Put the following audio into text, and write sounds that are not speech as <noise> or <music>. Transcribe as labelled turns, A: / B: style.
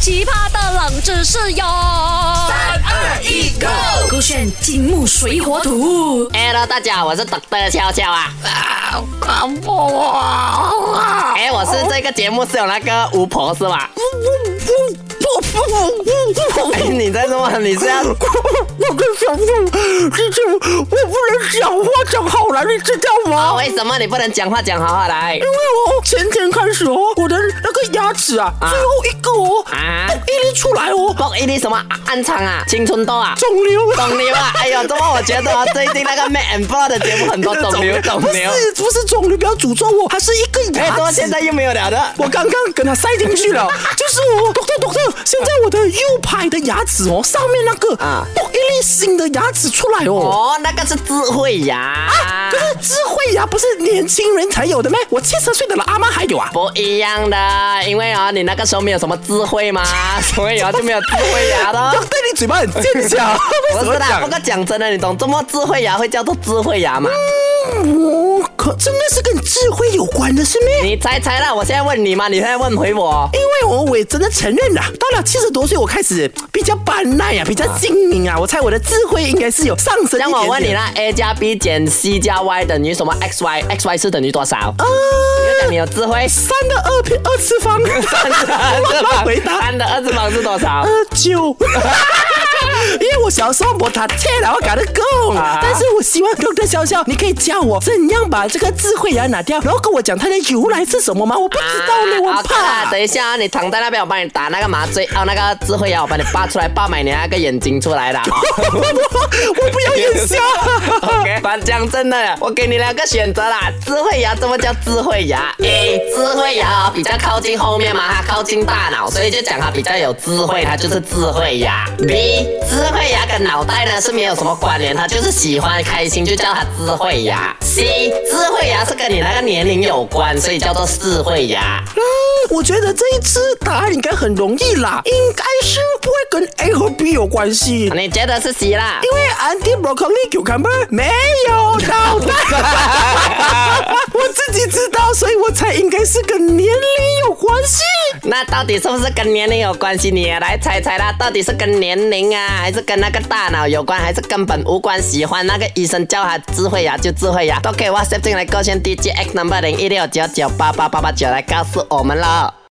A: 奇葩的冷知识哟！三
B: 二一，Go！
A: 勾选金木水火土。
C: Hello，大家，我是 Dr. 悄悄啊。
B: 啊，恐怖啊！
C: 哎，我是这个节目是有那个巫婆是吧？
B: 哦
C: 哎， <laughs> 你在说你是要
B: 我跟小凤，这是我不能讲话讲好了，你知道
C: 啊？
B: 吗？
C: 为什么你不能讲话讲好好来
B: 因？为我前天开始哦，我的那个牙齿啊，
C: 啊
B: 最后一个哦，
C: 啊
B: 嘣一粒出来哦，
C: 爆一粒什么啊暗藏啊，青春痘啊，
B: 肿瘤。
C: 肿瘤啊！哎呦，怎么我觉得啊，最近那个 Mac and Bro 的节目很多哦肿
B: <laughs>
C: 瘤，肿
B: 不
C: 瘤。
B: 是不是肿瘤，不要诅咒我，它是一个
C: 哎，怎
B: 牙
C: 么
B: 齿
C: 现。在又没有了的？
B: 我刚刚跟它塞进去了， <laughs> 就是我，doctor doctor，现在我的右排的牙齿哦，上面那个
C: 啊
B: 嘣一粒新的牙齿出来哦。
C: 哦，那个是智慧牙，
B: 可是智慧牙不是年轻人才有的咩？我七十岁的老阿妈还有啊！
C: 不一样的，因为啊，你那个时候没有什么智慧嘛，所以啊就没有智慧牙
B: 要
C: 的。
B: 对你嘴巴很贱
C: <laughs>
B: 巧，为什
C: 不
B: 么
C: 是啦，
B: 啊讲
C: 不？过讲真的，你懂这么智慧牙会叫做智慧牙吗？
B: <laughs> 我嗯可真的是跟智慧有关的是咩？
C: 你猜猜啦，我现在问你嘛，你现在问回我。
B: <laughs> 因为我我也真的承认啦，到了七十多岁，我开始比较板耐啊，比较精明啊，我猜我的智慧应该是有上升一点
C: 让
B: 点。
C: 我问你啦，a 加 b 减 c 加 y 等于什么？x y x y 是等于多
B: <laughs>
C: 少？
B: 啊，
C: 就讲你有智慧，
B: 三的二平二次方，
C: 三
B: 我
C: 的
B: 慢慢回答
C: 三的二次方是多少？
B: 二九。 <laughs> 因为我小时候我打切了，我搞得够
C: 啊，
B: 但是我希望 Dr. 潇潇，你可以教我怎样把这个智慧牙啊拿掉，然后跟我讲它的由来是什么吗？我不知道呢，
C: 啊
B: 我
C: OK 啦
B: 怕。
C: 等一下啊，你躺在那边，我帮你打那个麻醉，哦，那个智慧牙，我帮你拔出来，拔满你那个眼睛出来啦。
B: <laughs>
C: 哦
B: 我不要眼瞎。
C: OK，反 <laughs> 讲真的，我给你两个选择啦，智慧牙怎么叫智慧牙？A，智慧牙比较靠近后面嘛，它靠近大脑，所以就讲它比较有智慧，它就是智慧牙。B，智慧牙跟脑袋呢是没有什么关联，它就是喜欢开心就叫它智慧牙。C，智慧牙是跟你那个年龄有关，所以叫做智慧牙。
B: 嗯，我觉得这一次答案应该很容易啦，应该是不会跟 A 和 B 有关系，因
C: 你觉得是 C 啦？
B: 为 Anti Broccoli Cucumber 没有脑袋， <laughs> 我自己知道，所以我才应该是跟年龄有关系。
C: 那到底是不是跟年龄有关系？你也来猜猜啦，到底是跟年龄啊，还是跟那个大脑有关，还是根本无关？喜欢那个医生叫他智慧牙就智慧牙，都可以 WhatsApp 进来勾选 DJX number 零一六九九八八八八九来告诉我们了。